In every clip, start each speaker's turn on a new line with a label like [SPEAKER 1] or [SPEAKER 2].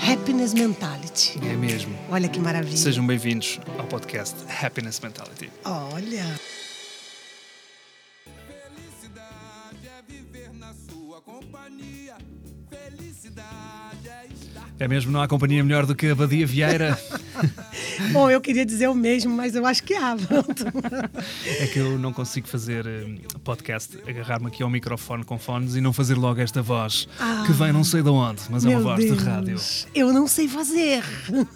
[SPEAKER 1] Happiness Mentality.
[SPEAKER 2] É mesmo.
[SPEAKER 1] Olha que maravilha.
[SPEAKER 2] Sejam bem-vindos ao podcast Happiness Mentality.
[SPEAKER 1] Olha.
[SPEAKER 3] Felicidade é viver na sua companhia. Felicidade é estar.
[SPEAKER 2] É mesmo, não há companhia melhor do que a Badia Vieira.
[SPEAKER 1] Bom, eu queria dizer o mesmo, mas eu acho que há. pronto.
[SPEAKER 2] É que eu não consigo fazer hum, podcast, agarrar-me aqui ao microfone com fones e não fazer logo esta voz, que vem não sei de onde, mas é
[SPEAKER 1] Ah. Meu
[SPEAKER 2] uma voz
[SPEAKER 1] Deus.
[SPEAKER 2] de rádio.
[SPEAKER 1] Eu não sei fazer.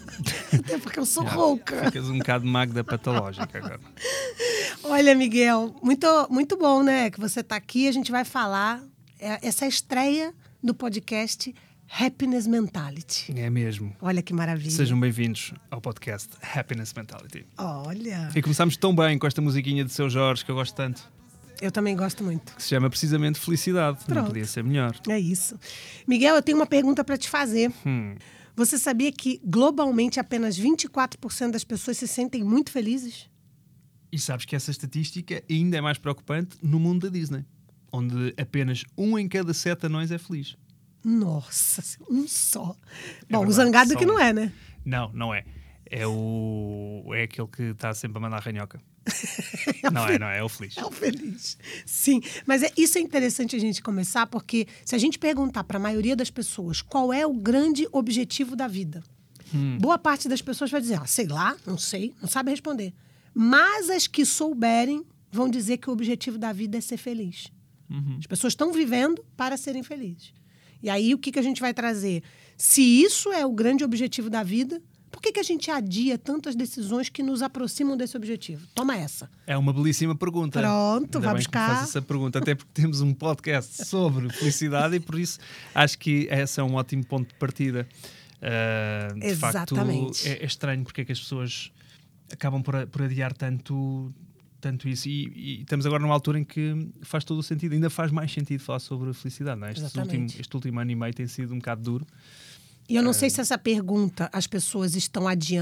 [SPEAKER 1] Até porque eu sou rouca.
[SPEAKER 2] Ficas um bocado magda patológica agora.
[SPEAKER 1] Olha, Miguel, muito, muito bom, né? Que você está aqui. A gente vai falar. é, Essa é a estreia do podcast Happiness Mentality.
[SPEAKER 2] É mesmo.
[SPEAKER 1] Olha que maravilha.
[SPEAKER 2] Sejam bem-vindos ao podcast Happiness Mentality.
[SPEAKER 1] Olha.
[SPEAKER 2] E começámos tão bem com esta musiquinha de Seu Jorge, que eu gosto tanto,
[SPEAKER 1] Eu também gosto muito.
[SPEAKER 2] que se chama precisamente Felicidade. Não
[SPEAKER 1] Pronto.
[SPEAKER 2] podia ser melhor.
[SPEAKER 1] É isso. Miguel, eu tenho uma pergunta para te fazer.
[SPEAKER 2] Hum.
[SPEAKER 1] Você sabia que globalmente apenas 24% das pessoas se sentem muito felizes?
[SPEAKER 2] E sabes que essa estatística ainda é mais preocupante no mundo da Disney, onde apenas um em cada sete anões é feliz.
[SPEAKER 1] Nossa, um só. Bom, o
[SPEAKER 2] verdade,
[SPEAKER 1] zangado
[SPEAKER 2] só
[SPEAKER 1] que não
[SPEAKER 2] um.
[SPEAKER 1] é, né?
[SPEAKER 2] Não, não é. É o. É aquele que está sempre a mandar ranhoca.
[SPEAKER 1] É o
[SPEAKER 2] Não é,
[SPEAKER 1] feliz.
[SPEAKER 2] não é, é o feliz.
[SPEAKER 1] É o feliz. Sim, mas é, isso é interessante a gente começar, porque se a gente perguntar para a maioria das pessoas qual é o grande objetivo da vida, boa parte das pessoas vai dizer, ah, sei lá, não sei, não sabe responder. Mas as que souberem vão dizer que o objetivo da vida é ser feliz. As pessoas estão vivendo para serem felizes. E aí, o que, que a gente vai trazer? Se isso é o grande objetivo da vida, por que, que a gente adia tantas decisões que nos aproximam desse objetivo? Toma essa.
[SPEAKER 2] É uma belíssima pergunta.
[SPEAKER 1] Pronto,
[SPEAKER 2] Ainda
[SPEAKER 1] vá
[SPEAKER 2] bem que me
[SPEAKER 1] buscar.
[SPEAKER 2] faz essa pergunta, até porque temos um podcast sobre felicidade e por isso acho que esse é um ótimo ponto de partida. Ah, de
[SPEAKER 1] Exatamente.
[SPEAKER 2] facto, é, é estranho porque é que as pessoas acabam por, a- por adiar tanto, tanto isso. E, e estamos agora numa altura em que faz todo o sentido, ainda faz mais sentido falar sobre a felicidade. Não é? este, último,
[SPEAKER 1] Exatamente.
[SPEAKER 2] este último ano e meio tem sido um bocado duro.
[SPEAKER 1] E eu não sei se essa pergunta as pessoas estão adiando